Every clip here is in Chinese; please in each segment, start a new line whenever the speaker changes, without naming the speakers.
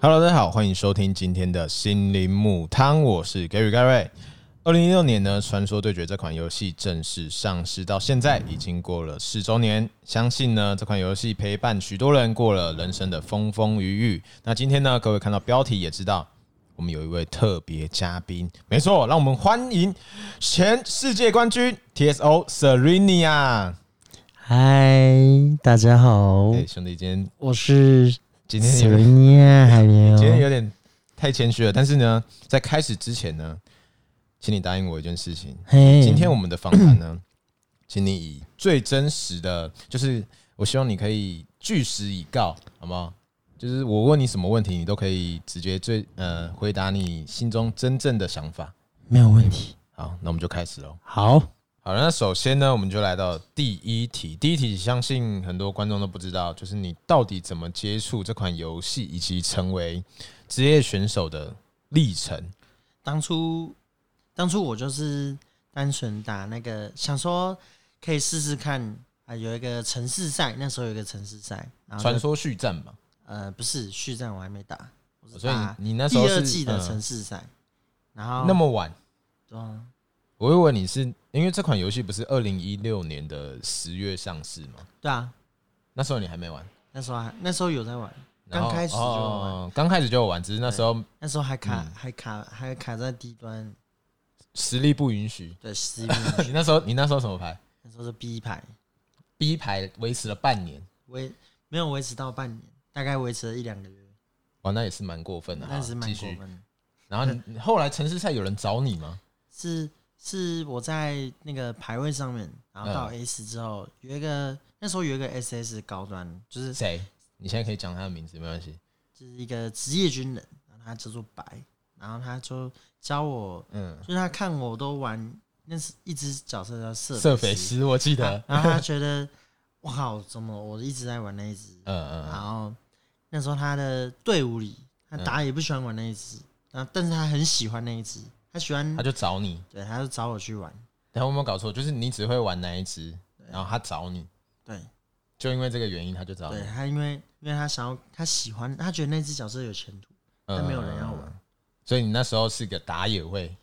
Hello，大家好，欢迎收听今天的心灵母汤，我是 Gary 盖瑞。二零一六年呢，《传说对决》这款游戏正式上市到现在已经过了四周年，相信呢这款游戏陪伴许多人过了人生的风风雨雨。那今天呢，各位看到标题也知道，我们有一位特别嘉宾，没错，让我们欢迎前世界冠军 TSO Serena。
嗨，大家好，
哎、兄弟，今天
我是
今天
塞
有
瑞尼亚海牛。
今天有点太谦虚了，但是呢，在开始之前呢，请你答应我一件事情。
嘿，
今天我们的访谈呢， 请你以最真实的，就是我希望你可以据实以告，好吗？就是我问你什么问题，你都可以直接最呃回答你心中真正的想法。
没有问题。
好，那我们就开始喽。
好，
好，那首先呢，我们就来到第一题。第一题，相信很多观众都不知道，就是你到底怎么接触这款游戏，以及成为职业选手的历程。
当初当初我就是单纯打那个，想说可以试试看啊，有一个城市赛，那时候有一个城市赛，然后
传
就
说续战嘛，
呃不是续战我还没打，我是嗯
所以
打
你你那时
啊第
候
二
是
季的
嗯
城市赛，然后啊
那么晚，
么
我会问你是因为这款游戏不是二零一六年的十月上市吗？
对啊，
那时候你还没玩，
那时候还那时候有在玩，
然后
刚开始就有玩
哦刚开始就有玩，只是那时候
那时候还卡、还卡还卡在低端
实力不允许。
对 C 面，
你那时候你那时候什么牌
那时候是 B 牌。
？B 牌维持了半年，
维没有维持到半年，大概维持了一两个月，
哇，那也是蛮过分的。
但
好
是蛮
继
过
续
分的。
然后你
嗯
你后来城市赛有人找你吗？
是是我在那个排位上面，然后
嗯
到 S 之后，有一个那时候有一个 SS 高端，就是
谁？你现在可以讲他的名字，没关系。
就是一个职业军人，然后他叫做白，然后他就教我，
嗯，
就是他看我都玩，那是一只角色叫瑟
射匪
斯，
师，我记得。
然后他觉得我靠，怎么我一直在玩那一只，
嗯嗯
然
嗯，
后那时候他的队伍里，他打野不喜欢玩那一只，然后但是他很喜欢那一只，他喜欢
他，就找你。
对，他就找我去玩，
然后有没有搞错？就是你只会玩哪一只，然后他找你，
对，
就因为这个原因他就找你
对。他因为因为他想要，他喜欢，他觉得那只角色有前途，
嗯
但没有人要玩。
嗯嗯所以你那时候是个打野 位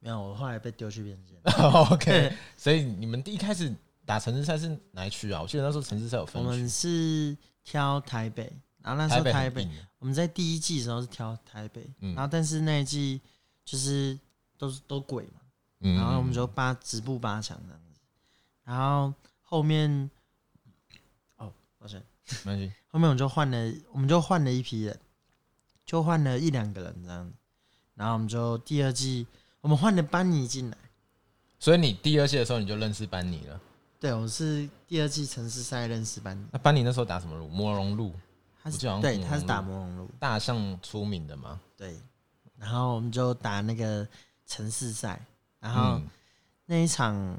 没有，我后来被丢去边 界，
，OK
对。
所以你们第一开始打城市赛是哪一区啊？我记得那时候城市赛有
我
分区
们，是挑台北，然后那时候
北
台
台
北，我们在第一季的时候是挑台北，
嗯
然后但是那一季就是都是都鬼嘛。
嗯
然后我们就八止步八强这样子，然后后面哦，抱歉，
没关系。
后面我们就换了，我们就换了一批人，就换了一两个人这样子，然后我们就第二季我们换了班尼进来，
所以你第二季的时候你就认识班尼了。
对，我是第二季城市赛认识班尼，
那班尼那时候打什么路？魔龙路，
他是
我记得好像
对
是
他是打
魔
魔龙路，
大象出名的嘛。
对，然后我们就打那个城市赛，然后
嗯
那一场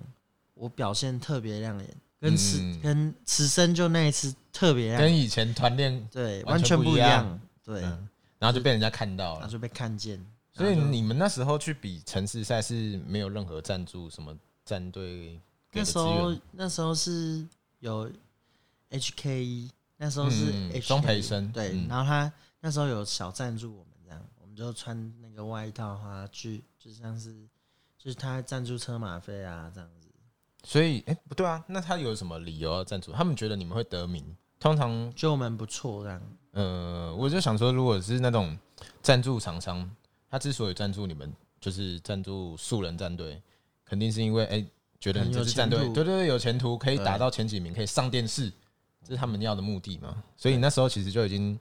我表现特别亮眼。跟池、
嗯
跟池生就那一次特别亮眼
跟以前团练，
对，
完
完
全
全
不
不
一
一
样
样。对，
嗯，然后就被人家看到
然后
了。
就被看见。
所以
然后就
你们那时候去比城市赛是没有任何赞助什么战队给
那
的
时
资
候
源，
那时候是有 HKE，那时候是
嗯嗯
HKE,
钟培生
对，
嗯
然后他那时候有小赞助我们这样，我们就穿那个外套啊，去就像是就是他赞助车马费啊这样子。
所以哎、不对啊，那他有什么理由要赞助？他们觉得你们会得名，通常
就我们不错这样，
呃，我就想说，如果是那种赞助厂商，他之所以赞助你们，就是赞助素人战队，肯定是因为哎、觉得你这支战队
很有前途
对对对有前途，可以
对
打到前几名，可以上电视，这是他们要的目的嘛。所以那时候其实就已经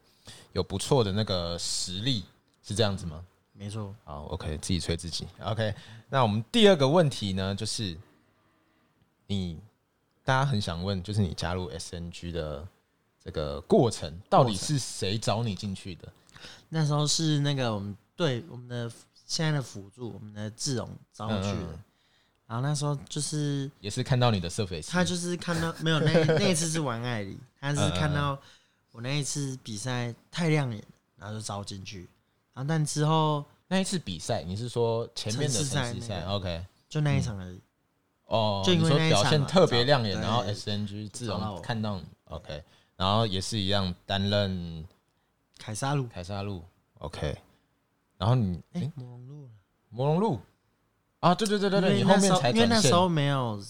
有不错的那个实力，是这样子吗？
没错。
好，OK，自己吹自己。OK，那我们第二个问题呢，就是你大家很想问，就是你加入 SNG 的这个过程，到底是谁找你进去的？
那时候是那个我们对我们的现在的辅助，我们的志勇找我去的。
嗯嗯嗯
然后那时候就是
也是看到你的射飞
他就是看 到没有那那一次是玩艾丽，他是看
嗯
到我那一次比赛太亮眼了，然后就招进去。然后但之后
那一次比赛，你是说前面的
城市赛
城市赛
那
？OK，
就那一场而已，
哦，
就因为
你说
那一场
表现
嘛
特别亮眼，
找
然后
对
SNG 自
找到
动
我
看到你，OK，然后也是一样担任
凯撒路，
凯撒路，OK。然后你
哎、
诶
魔龙路了，
魔龙路啊，对对对对对，你
因
后
为那
面
时候
才
因为那
展现
时候没有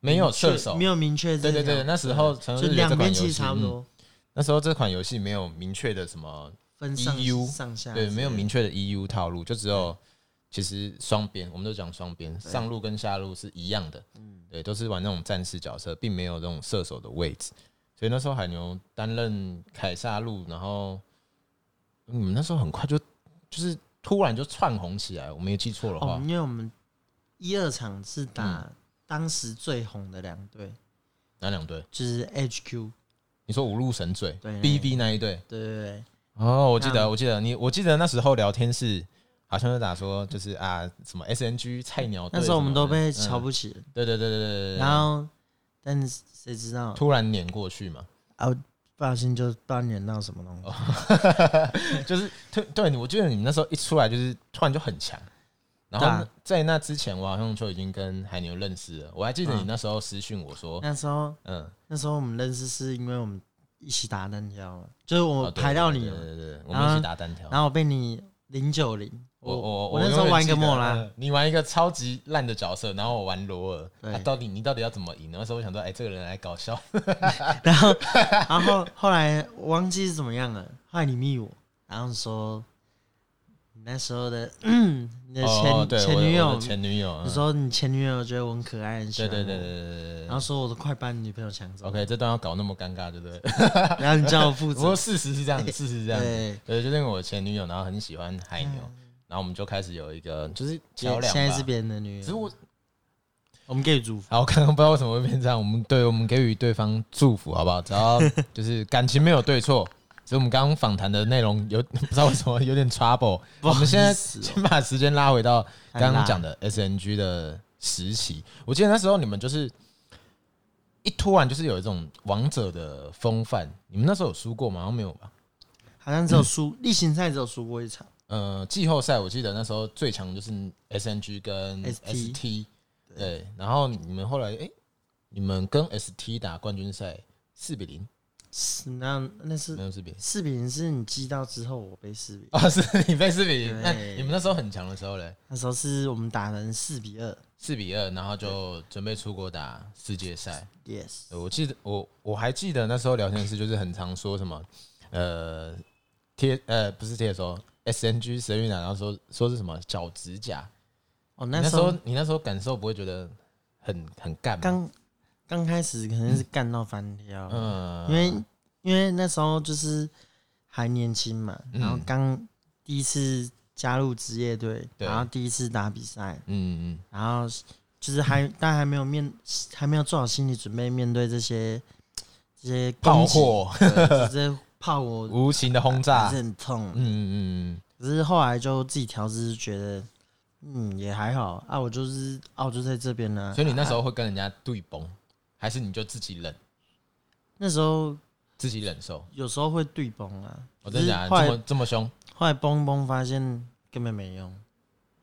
没有
明确
射手
没，有明确这
对
条，
对对，那时候陈
就
日
两
这款
边
游
其
戏
实差不
嗯
多
那时候这款游戏没有明确的什么，
分上
EU
上下，
E 对，没有明确的 EU 套路，就只有其实双边，我们都讲双边，上路跟下路是一样的，
嗯
对，都是玩那种战士角色，并没有那种射手的位置。所以那时候海牛担任凯撒路，然后你们那时候很快就就是突然就窜红起来，我没有记错的话，嗯
哦，因为我们一二场是打当时最红的两队，
哪两队？
就是 HQ，
你说五路神嘴
对
BB 那一队？
对对对，
哦，我记得，
那
我记得你，我记得那时候聊天是好像是打说就是啊什么 SNG 菜鸟队什么的，
那时候我们都被
嗯
瞧不起，
对对对对对对
然
对，
后但是谁知道
突然碾过去嘛，
啊，我不小心就不知道演到什么东西，
哦就是对对，我记得你们那时候一出来就是突然就很强，然后
对啊
在那之前我好像就已经跟海牛认识了，我还记得你
嗯
那时候私讯我说，
那时候
嗯，
那时候我们认识是因为我们一起打单挑嘛，就是我
哦对
排到你
对
了，
对对对，我们一起打单挑。
然后我被你零九零，
我我
我那时
永
候
远
玩一个
记得
莫 拉，
嗯你玩一个超级烂的角色，然后我玩罗尔，
对
啊到底你到底要怎么赢？那时候我想说，哎，这个人来搞笑，
然后然后后来我忘记是怎么样了，后来你密我，然后说你那时候的 你的前、
哦对
前
我的
女
我
友
的，前女友，
你
嗯
说你前女友觉得我很可爱，很喜
对
欢
对对
我
对对对
然后说我都快把你女朋友抢走
对。OK，这段要 搞那么尴尬，对不对？
然后你叫我负
不过
责，
事实是这样子，事实是这样子，
对，嗯
对，就是因为我前女友，然后很喜欢海牛，然后我们就开始有一个就是桥梁
现在
吧
是。别人的女
只是
友，
我，
我们可以祝福，
好，我刚刚不知道为什么会变这样。我们对我们给予对方祝福，好不好？只 要就是感情没有对错，只是我们刚刚访谈的内容有不知道为什么有点 trouble。
不
我
好
们现在
意思哦
先把时间拉回到刚
太
刚
辣
讲的 SNG 的时期，我记得那时候你们就是一突然就是有一种王者的风范。你们那时候有输过吗？好像没有吧？
好像只有输例行赛只有输过一场，
呃，季后赛我记得那时候最强就是 SNG 跟
ST
ST，对，然后你们后来哎、诶你们跟 ST 打冠军赛四比零，
是那那是
没有四比零
四比零是你击到之后我被四比零，
哦，是你被四比零。
对
那你们那时候很强的时候嘞，
那时候是我们打人四比二
四比二，然后就准备出国打世界赛。
，yes，
对我记得我我还记得那时候聊天室就是很常说什么，呃，贴呃不是贴手 SNG Serena，然啊后说说是什么脚指甲。
哦
你
那
那
时
时候
候
你那时候感受不会觉得很很干吗？
刚刚开始可能是干到翻掉，
嗯，
因为因为那时候就是还年轻嘛，
嗯
然后刚第一次加入职业队，
对
然后第一次打比赛，
嗯嗯
然后就是还
嗯
但还没有面还没有做好心理准备面对这些这些
炮
攻击，
火，
对这些炮我
无情的轰
还
炸
是，很痛，
嗯嗯嗯
只是后来就自己调试，觉得嗯也还好啊，我就是啊我就在这边呢、
嗯，所以你那时
啊
候会跟人家对崩，还是你就自己忍，
那时候
自己忍受？
有时候会对崩啊，
我真的假的
只是后来
这么这么凶，
后来崩崩发现根本没用，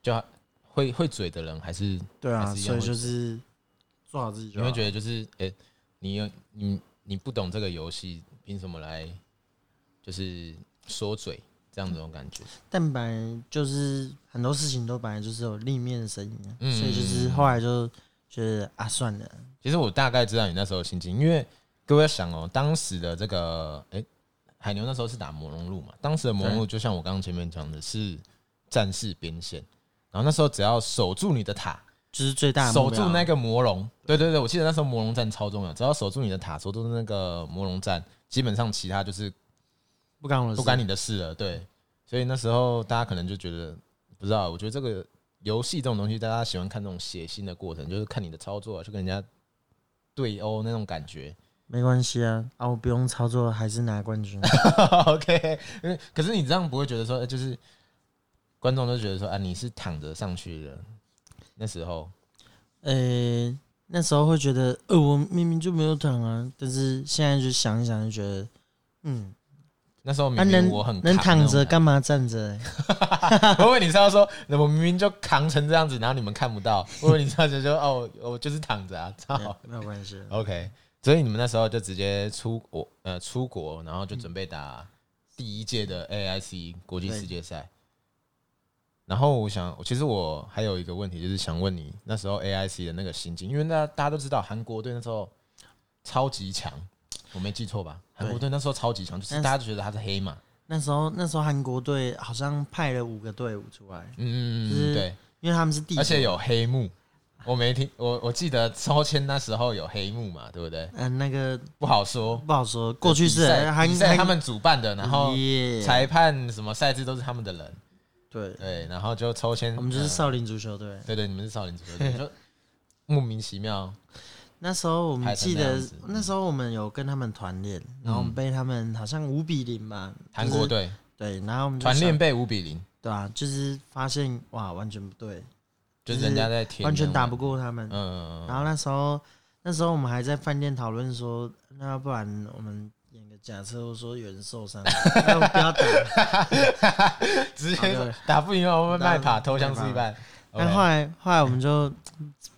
就会会嘴的人，还是
对啊，
还是一样
所
会
以就是做好自己
你
就好。
会觉得就是，哎、你有你你不懂这个游戏，凭什么来就是说嘴这样子这种感觉？
但本来就是很多事情都本来就是有另一面的声音、啊，
嗯
所以就是后来就觉得啊，算了，
其实我大概知道你那时候的心情，因为各位要想哦，当时的这个哎、诶海牛那时候是打魔龙路嘛，当时的魔龙路就像我刚刚前面讲的是战士边线，然后那时候只要守住你的塔，
就是最大的
守
目标
住那个魔龙，对对对，我记得那时候魔龙站超重要，只要守住你的塔，守住那个魔龙站，基本上其他就是
不干我的事，
不干你的事了，对，所以那时候大家可能就觉得不知道，我觉得这个游戏这种东西，大家喜欢看这种血腥的过程，就是看你的操作、就跟人家对殴那种感 觉。
没关系啊，啊，我不用操作还是拿冠 军，啊
OK，因为嗯可是你这样不会觉得说，呃就是观众都觉得说啊，你是躺着上去的。那时候
呃、那时候会觉得，呃，我明明就没有躺啊，但是现在就想一想就觉得，嗯，
那时候
啊
明
能
明我很扛
能
那
躺
种
着
感觉
干嘛 站着、欸
我以为你是要说，我明明就扛成这样子，然后你们看不到。我以为你是要觉得说，哦，我就是躺着啊，操。
没有关系，啊
OK，所以你们那时候就直接出国，呃，出国，然后就准备打第一届的 AIC 国际世界赛。然后我想，其实我还有一个问题，就是想问你那时候 AIC 的那个心境，因为那大家都知道韩国队那时候超级强，我没记错吧？韩国队那时候超级强，就是
但是
大家都觉得他是黑马。
那时候那时候韩国队好像派了五个队伍出来，
嗯嗯
就
嗯，
是
对，
因为他们是第，
而且有黑幕。我没听，我我记得抽签那时候有黑幕嘛，对不对？
嗯、那个
不好说。
不好说，过去
比
是
赛
韩
比赛
韩
他们主办的，然后
哦耶
裁判什么赛制都是他们的人，
对，
对，然后就抽签。
我们就是
呃
少林足球队。
对对，你们是少林足球队，就莫名其妙。
那时候我们
排成
记
那样
得
子，嗯
那时候我们有跟他们团练，然后我们被他们好像五比零吧，
韩
就是
国队
对，然后我们就
团
想
练被五比零，
对啊，就是发现哇，完全不对，
就是
就是
人家在贴，
完全打不。过他们。
嗯嗯嗯
然后那时候，那时候我们还在饭店讨论说，那要不然我们演个假设，或说有人受伤， 那我们不要打。
嗯，直
好
接
对
打不赢我们卖塔
打
投降失败。
但
OK
后来，后来我们就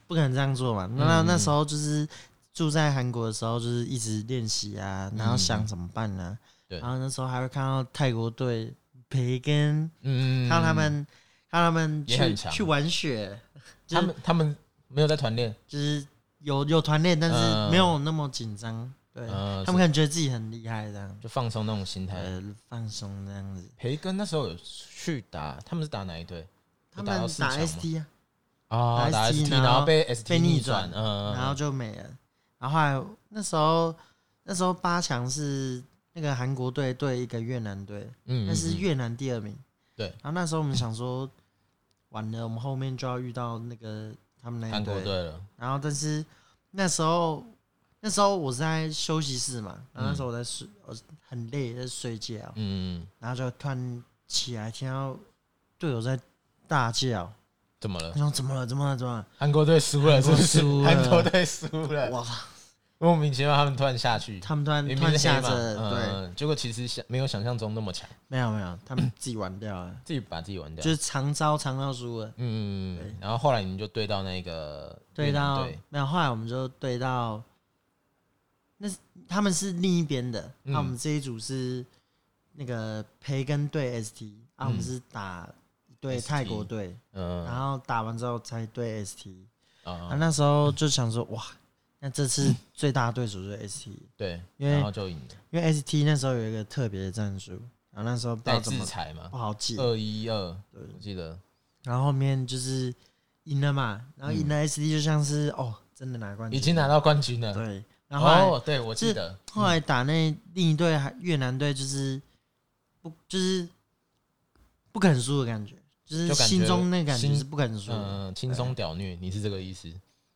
不可能这样做嘛。那
嗯
那时候就是住在韩国的时候，就是一直练习啊，然后想怎么办呢、
嗯对
然后那时候还会看到泰国队培根，
嗯嗯嗯嗯
看到他们，看到他们
也很
去
强
去玩雪，就
他
是
们他们没有在团练，
就是有有团练，但
嗯
是没有那么紧张。对，
嗯，
他们可能觉得自己很厉害这样，
就放松那种心态。
呃，放松这样子。
培根那时候有去打，他们是打哪一队？
他
有打到
们
四
打
强吗
ST 啊，
啊，打
打 ST
ST，
然后
然后被 ST
被逆
逆转，
转
嗯，
然后就没了。然后后来那时候，那时候八强是那个韩国队对一个越南队，
嗯
那是越南第二名。
对
然后那时候我们想说，完了，我们后面就要遇到那个他们那
韩
一
国
队。
队了，
然后但是那时候那时候我是在休息室嘛，然后那时候我在睡，我很累在睡觉，
嗯，嗯
然后就突然起来听到队友在大叫，
嗯怎么了？
然后怎么了？怎么了？怎么
韩国队输了，是不是
韩国输？了
韩国队输
了？
了，
哇！
莫名其妙他们突然下去，
他们突然
明
突
明
然
是
下
黑马，
着，对，
嗯，结果其实想没有想象中那么强，
没有没有，他们自己玩掉了，
自己把自己玩掉
就。是长招长到输了，
嗯，嗯嗯
对
嗯然后后来你们就对到那个
对到
对，
没有，后来我们就对到，那是他们是另一边的，
嗯
那、我们这一组是那个培根对 ST，啊，我们
嗯
是打一队
ST
泰国队，
嗯
然后打完之后才对 ST，啊，
啊，
那时候就想说哇，那这次最大的对手就是 ST，
对，
因为
然后就赢了，
因为 ST 那时候有一个特别的战术，然后那时候不知
带
道怎
制
么
裁嘛
不，好记，
二一二，
对
我记得，
然后后面就是赢了嘛，然后赢了 SD 就像是、哦，真的拿冠
嗯
军，
已经拿到冠军了。
对，然后后来、
哦，对，我记得，
后来打那另一队还越南队就是不就是不肯输的感觉，就是
就感觉
心中那感觉
心
是不肯输的，
嗯，轻松屌虐，你是这个意思。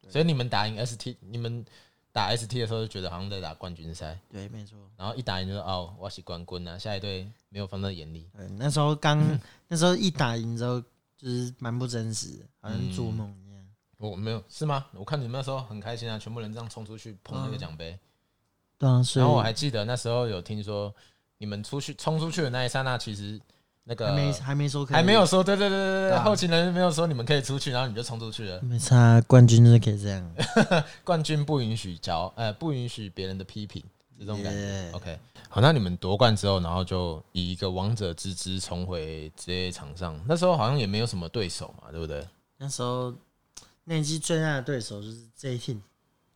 所以你们打赢 ST，你们打 ST 的时候就觉得好像在打冠军赛，
对，没错，
然后一打赢就说哦，我是冠军啊，下一队没有放在眼里。
对，那时 候刚、那时候一打赢之后就是蛮不真实的，好像做梦一样，
我没有是吗？我看你们那时候很开心啊，全部人这样冲出去捧那个奖杯。
嗯对啊，所以
然后我还记得那时候有听说你们出去冲出去的那一刹那，其实那个
还没还没说可以
还没有说，对对对对对对，
啊嗯
后勤人员没有说你们可以出去，然后你就冲出去了。
没差，冠军就是可以这样，
冠军不允许骄，呃，不允许别人的批评，这种感觉。
Yeah
OK，好，那你们夺冠之后，然后就以一个王者之姿重回职业场上，那时候好像也没有什么对手嘛，对不对
那时候那一季最大的对手就是 JT。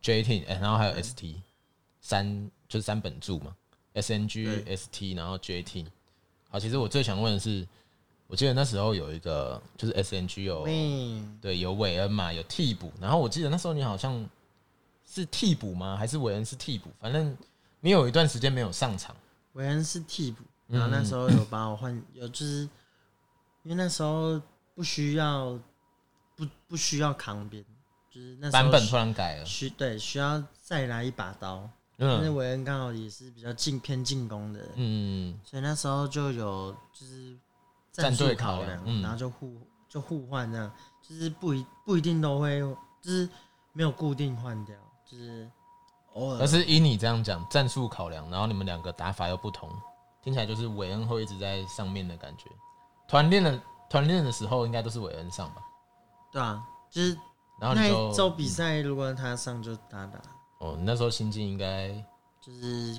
？JT，、哎，然后还有 ST，三就是三本柱嘛，SNG、
对
ST，然后 JT。好，其实我最想问的是，我记得那时候有一个就是 SNG 有
喂，
对有韦恩嘛，有替补，然后我记得那时候你好像是替补吗？还是韦恩是替补？反正你有一段时间没有上场。
韦恩是替补，
嗯
然后那时候有把我换，有就是因为那时候不需要不不需要扛鞭，就是那时候
版本突然改了，
需对需要再来一把刀，但是
嗯
韦恩刚好也是比较进偏进攻的，
嗯，
所以那时候就有就是战
战
术
队考
考
量
量，
嗯
然后就互就互换这样，就是不一不一定都会，就是没有固定换掉，就是偶尔
但是依你这样讲，战术考量，然后你们两个打法又不同，听起来就是韦恩会一直在上面的感觉。团练的团练的时候，应该都是韦恩上吧？
对啊，就是
然后
那
你
一周
就嗯
比赛，如果他上就打打，
哦，你那时候心境应该
就是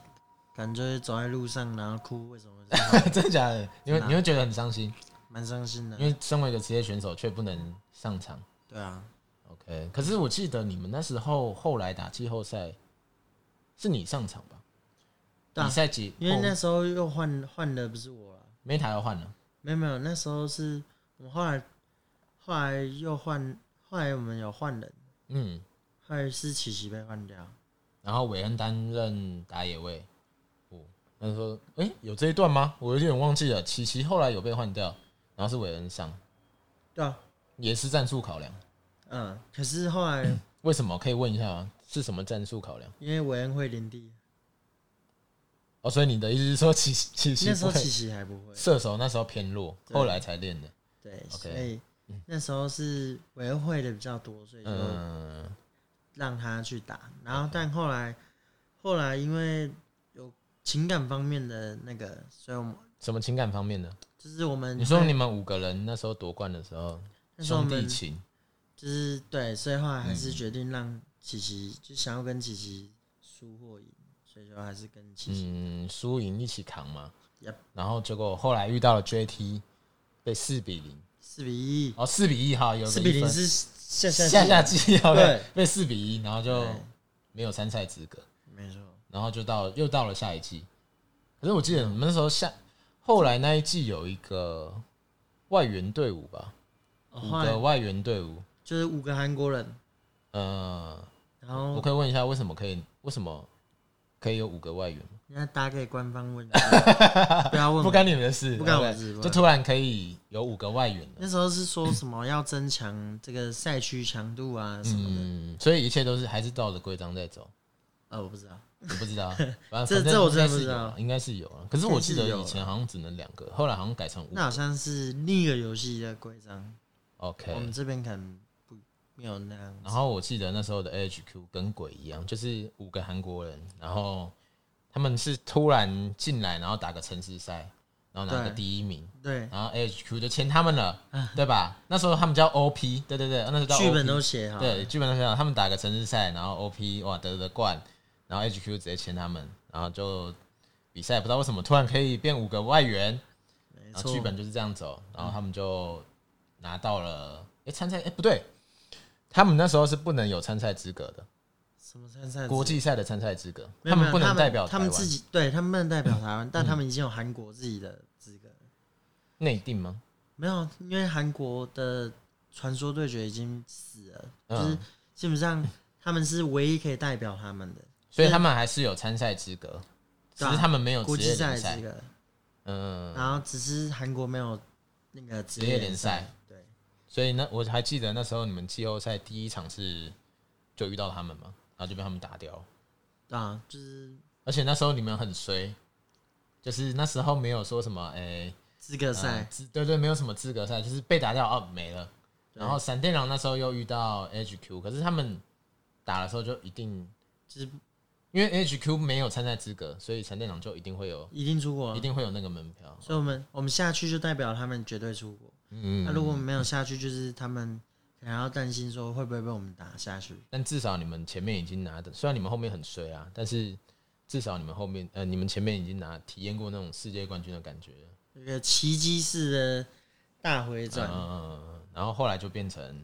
感觉走在路上然后哭，为什么？
真的假的？你
真
会
的啊
你会觉得很伤心，
蛮伤心的
因。为哦身为一个职业选手却不能上场。
对啊，
OK，可是我记得你们那时候后来打季后赛，是你上场吧？
对啊
比赛几？
因为那
哦
时候又换换的不是我了，
梅塔要换了，
没有没有，那时候是我们后来后来又换，后来我们有换人，
嗯，
后来是琪琪被换掉。
然后韦恩担任打野位。哦，那时候哎、有这一段吗？我有点忘记了。琪琪后来有被换掉，然后是韦恩上，
对啊，
也是战术考量。
嗯，可是后来
为什么？可以问一下吗？是什么战术考量？
因为韦恩会领地，
哦，所以你的意思是说琪琪琪
那时候
不会
琪琪还不会，
射手那时候偏弱，
对
后来才练的。
对，所
OK
以那时候是韦恩会的比较多，所以就
嗯，
让他去打。然后但后来后来因为有情感方面的那个，所以我们
什么情感方面呢？
就是我们
你说你们五个人那时候夺冠的时候，
那时候我
兄
们
弟情，
就是对，所以后来还是决定让琪琪，就想要跟琪琪输或赢，所以就还是跟琪琪。
嗯，输赢一起扛嘛。
Yep
然后结果后来遇到了 JT，被四比零，
四比一，
哦，四比一哈，有个
四比
一
零
分
是下下
下下
季
季，好像
对
被四比一，然后就
对
没有参赛资格，
没错，
然后就到又到了下一季。可是我记得你们那时候下后来那一季有一个外援队伍吧，
哦
五
后
个
来
外援队伍，
就是五个韩国人，
呃，
然
我
后
可以问一下为什么可以为什么可以有五个外援吗？
人家打给官方 问，不要问
不
我，
干你们的事，
不干我的
OK
事不干
就突然可以有五个外援了。
那时候是说什么要增强这个赛区强度啊什么的，
嗯，所以一切都是还是照着规章在走，
呃，我不知道，
我不知道，啊 反正
这
反正
这我真的
应该是
不知
有
道
啊，应该是有啊。可是我记得
应该是有啊
以前好像只能两个，后来好像改成五
那。好像是另一个游戏的规章，我们
OK，哦
这边可能不没有那样子。
然后我记得那时候的 HQ 跟鬼一样，就是五个韩国人，然后他们是突然进来，然后打个城市赛，然后拿个
对
第一名，
对，
然后 HQ 就签他们了，对吧？那时候他们叫 OP，对对对，那时候叫
剧本
OP
都啊写好，
哦对，，剧本上讲他们打个城市赛，然后 OP 哇得了冠，然后 HQ 直接签他们，然后就比赛不知道为什么突然可以变五个外援，
没
然后
错，
哦
嗯
剧本就是这样走，然后他们就拿到了哎参赛哎不对，他们那时候是不能有参赛资格的，
什么参赛
国际赛的参赛资格，
没
他
有没
们
有
不能代表
他
台
们
湾，嗯
自己，对他们不能代表台湾，但他们已经有韩国自己的资格了。
内定吗？
没有，因为韩国的传说对决已经死了，就是
嗯
基本上他们是唯一可以代表他们的
所以他们还是有参赛资格，只
对啊
是他们没有
国
哦职
际
业
赛
联
的
赛
资，格，啊
嗯，
然后只是韩国没有那个职
职业
业
联
联
赛
赛，对，
所以呢，我还记得那时候你们季后赛第一场是就遇到他们嘛，然后就被他们打掉了。
啊，就是
而且那时候你们很衰，就是那时候没有说什么哎，
资格
呃
赛，
资对对，没有什么资格赛，就是被打掉哦没了。然后闪电狼那时候又遇到 HQ，可是他们打的时候就一定
就是
因为 HQ 没有参赛资格，所以闪电狼就一定会有
一定出国
一，定会有那个门票。
所以我们我们下去就代表他们绝对出国。
嗯
那、如果我们没有下去，就是他们可能要担心说会不会被我们打下去。
但至少你们前面已经拿的，虽然你们后面很衰啊，但是至少你们后面呃，你们前面已经拿体验过那种世界冠军的感觉了。
一个奇迹式的大回
嗯
转，
嗯嗯嗯，然后后来就变成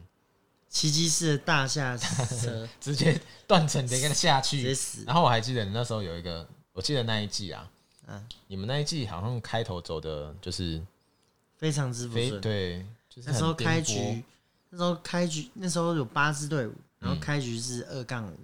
奇迹式的大 下车，
直接断层直接跟下
直接
去。
死。
然后我还记得你那时候有一个，我记得那一季啊，
嗯
你们那一季好像开头走的就是
非常之不
非
顺。
对，就是
那时候
很颠簸
开局，那时候开局，那时候有八支队伍，然后
嗯
开局是二杠五，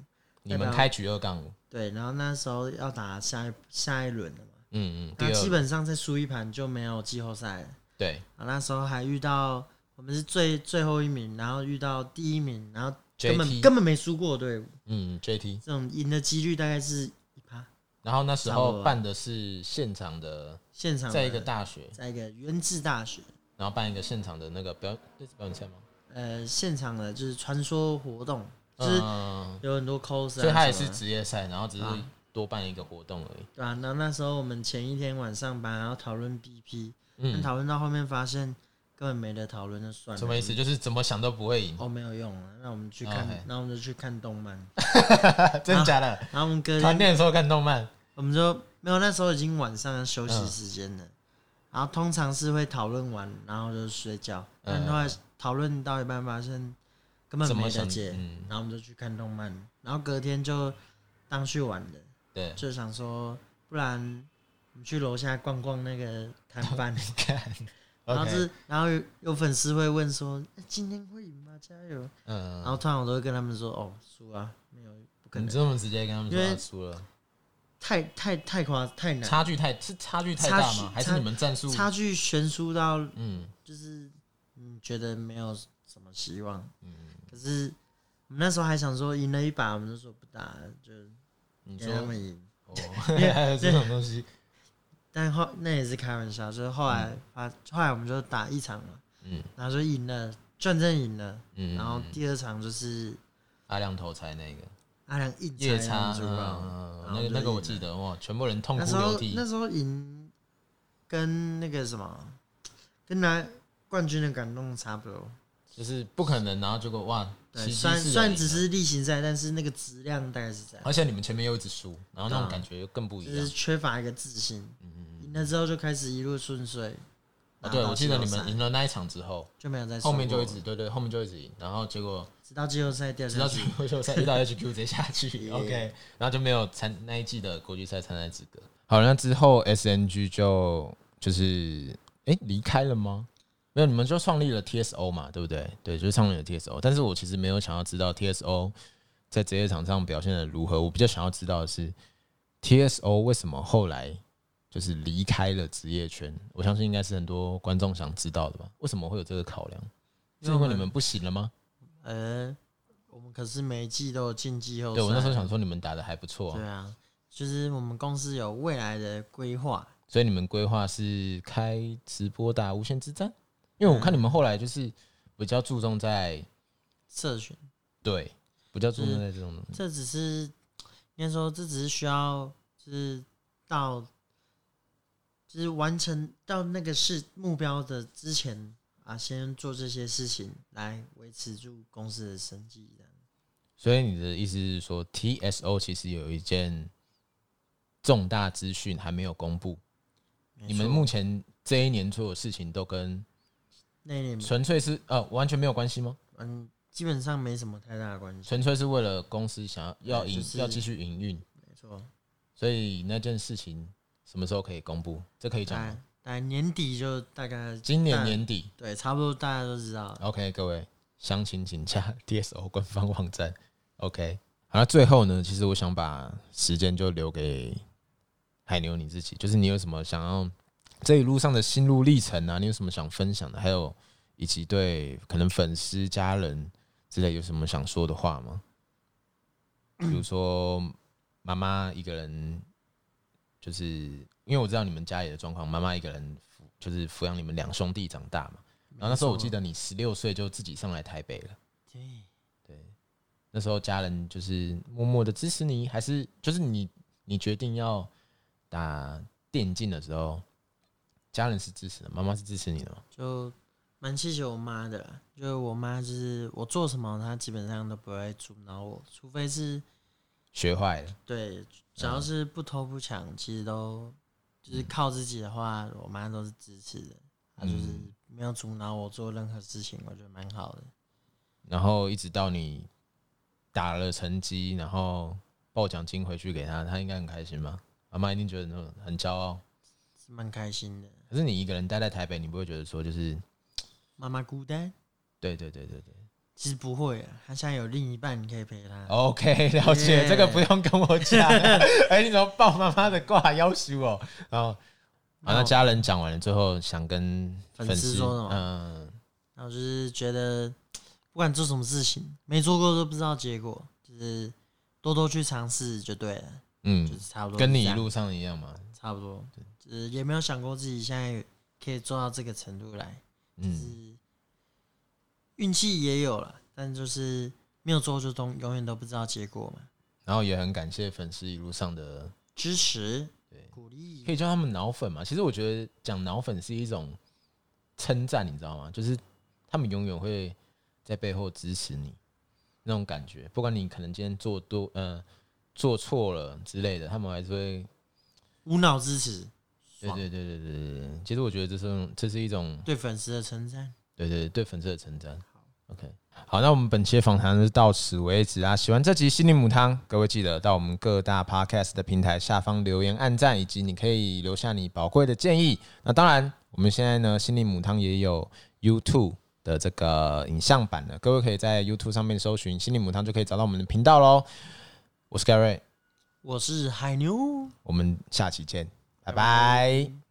你们开局二杠五，
对，然后那时候要打下一下一轮了嘛，
嗯嗯，第
那啊基
二
本上再输一盘就没有季后赛了。
对
啊，那时候还遇到我们是最最后一名，然后遇到第一名，然后根本
JT，
根本没输过的队伍，
嗯 JT，
这种赢的几率大概是一趴。
然后那时
差不
候
多
办的是现场的，
现场
在一个
的
大学，
在一个原治大学，
然后办一个现场的那个表，那是表演赛吗？
呃，现场的就是传说活动，就是
嗯
有很多 cos，、啊、
所以它也是
什么的
职业赛，然后只是
啊
多办一个活动而已。
对啊，然后那时候我们前一天晚上班，然后讨论 BP，但
嗯，
讨论到后面发现根本没得讨论，就算了。
什么意思？？就是怎么想都不会赢，
哦，没有用了，那我们去看
哦嘿，
那、我们就去看动漫。
真的假的？
然后我们隔
团
天，
练的时候看动漫，
我们就没有那时候已经晚上休息时间了，然后通常是会讨论完，然后就睡觉。
嗯
但后来讨论到一半发现根
怎
本
么
没得
想
解，
嗯
然后我们就去看动漫，然后隔天就当去玩了，
对，
就想说不然我们去楼下逛逛那个 摊贩。
看，
然后
OK
是，然后有有粉丝会问说：“欸今天会赢吗？加油！”
嗯，
然后通常我都会跟他们说：“哦，输啊，没有，不可
你
能，
这么直接跟他们说
因为
他输了，
太太太夸太难，
差距太是差距太
差
大
距
吗？还是
差
你们战术？
差距悬殊到
嗯
就是你觉得没有什么希望。
嗯，
可是我们那时候还想说赢了一把，我们就说不打了，就
你
让他
说
们赢。
哦， 还有这种东西，
但后那也是开玩笑，就是后来啊，后来我们就打一场嘛，
嗯
然后就赢了，战正赢了。
嗯，
然后第二场就是
阿亮头才那个
阿良硬
夜叉，
插主
嗯
然
那
后
个
就
那个我
赢
记
了
得哇，全部人痛
那时
哭流
候
涕
那，时候赢跟那个什么，跟拿冠军的感动差不多。
就是不可能，然后结果哇，
对，
奇迹
虽然
似的
虽然
赢
只
了，
是例行赛，但是那个质量大概是这样，
而且你们前面又一直输，然后那种
对啊
感觉又更不
就
一
是
样。嗯
缺乏一个自信。赢了之后就开始一路顺遂。
啊，对，
然后
我记得你
到
们
季后赛
赢了那一场之后，
就没有再
后面
输过
就一直对对，后面就一直赢，然后结果
直到季后赛掉
直到
下
最
去。
后就赛遇到 HQ 直接下 去，OK，然后就没有参那一季的国际赛参赛资格。好，那之后 SNG 就就是哎离、开了吗？没有，你们就创立了 TSO 嘛，对不对？对，就是创立了 TSO。但是我其实没有想要知道 TSO 在职业场上表现的如何，我比较想要知道的是 TSO 为什么后来就是离开了职业圈。我相信应该是很多观众想知道的吧？为什么会有这个考量？是
因
因
为我
为
们
你们不行了吗？
呃，我们可是每一季都有进季后赛。
对我那时候想说你们打的还不错、啊，
对啊，就是我们公司有未来的规划。
所以你们规划是开直播打无限之战？因为
嗯
我看你们后来就是比较注重在
社群，
对，比较注
嗯
重在这种
这只是应该说，这只是需要就是到就是完成到那个是目标的之前啊，先做这些事情来维持住公司的生计的。
所以你的意思是说，TSO 其实有一件重大资讯还没有公布，
没
你们
错
目前这一年做的事情都跟
那一年
纯粹是呃完全没有关系吗？
嗯，基本上没什么太大的关系，
纯粹是为了公司想要要
对
营、
就是
要继续营运，
没错。
所以那件事情什么时候可以公布？这可以讲
大
吗
概？大概年底就大概
今年
大
年底
对，差不多大家都知道了。
OK，各位，详情请 洽 DSO 官方网站。OK，好，那最后呢，其实我想把时间就留给海牛你自己，就是你有什么想要这一路上的心路历程啊，你有什么想分享的，还有以及对可能粉丝、家人之类有什么想说的话吗？比如说妈妈一个人，就是因为我知道你们家里的状况，妈妈一个人抚就是抚养你们两兄弟长大嘛。然后那时候我记
得，
得你十六岁就自己上来台北了，
对，
对，那时候家人就是默默的支持你，还是就是你你决定要打电竞的时候，家人是支持的，妈妈是支持你的吗？
就蛮谢谢我妈的啦，就是我妈就是我做什么，她基本上都不会阻挠我，除非是
学坏了，
对，只要是不偷不抢，其实都就是靠自己的话，我妈都是支持的，她就是
嗯
没有阻挠我做任何事情，我觉得蛮好的。
然后一直到你打了成绩，然后报奖金回去给他，他应该很开心吧？妈妈一定觉得很很骄傲。
是蛮开心的，
可是你一个人待在台北，你不会觉得说就是
妈妈孤单，
对对对对对
其实不会啊，她现在有另一半，你可以陪她。
OK，了解
Yeah
这个不用跟我讲。 哎、你怎么抱妈妈的挂要求哦？然后，好，那
我
家人讲完了之后，想跟
粉
粉
丝
丝，
说什么
嗯，
然后就是觉得不管做什么事情，没做过都不知道结果，就是多多去尝试就对了，
嗯
就是差不多
跟你
是
一
这样
路上一样嘛，
差不多，就是也没有想过自己现在可以做到这个程度来，
嗯，
是运气也有了，但就是没有做就都永远都不知道结果嘛。
然后也很感谢粉丝一路上的，
支持
对，
鼓
可以
励，
叫他们脑粉嘛。其实我觉得讲脑粉是一种称赞，你知道吗？就是他们永远会在背后支持你那种感觉，不管你可能今天做多，呃，做错了之类的，他们还是会
无脑支持，
对
爽
对对对对对对，其实我觉得这是这是一种
对粉丝的称赞。
对对对对粉丝的称赞。OK，好，那我们本期的访谈就到此为止啊！喜欢这集心灵母汤，各位记得到我们各大 Podcast 的平台下方留言、按赞，以及你可以留下你宝贵的建议。那当然，我们现在呢，心灵母汤也有 YouTube 的这个影像版了，各位可以在 YouTube 上面搜寻“心灵母汤”，就可以找到我们的频道喽。我是 Gary，
我是海牛，
我们下期见，拜
拜
拜
拜